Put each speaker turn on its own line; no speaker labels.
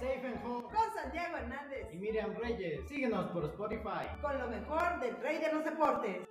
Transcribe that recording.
Safe and Home
con Santiago Hernández
y Miriam Reyes. Síguenos por Spotify.
con lo mejor del rey de los deportes.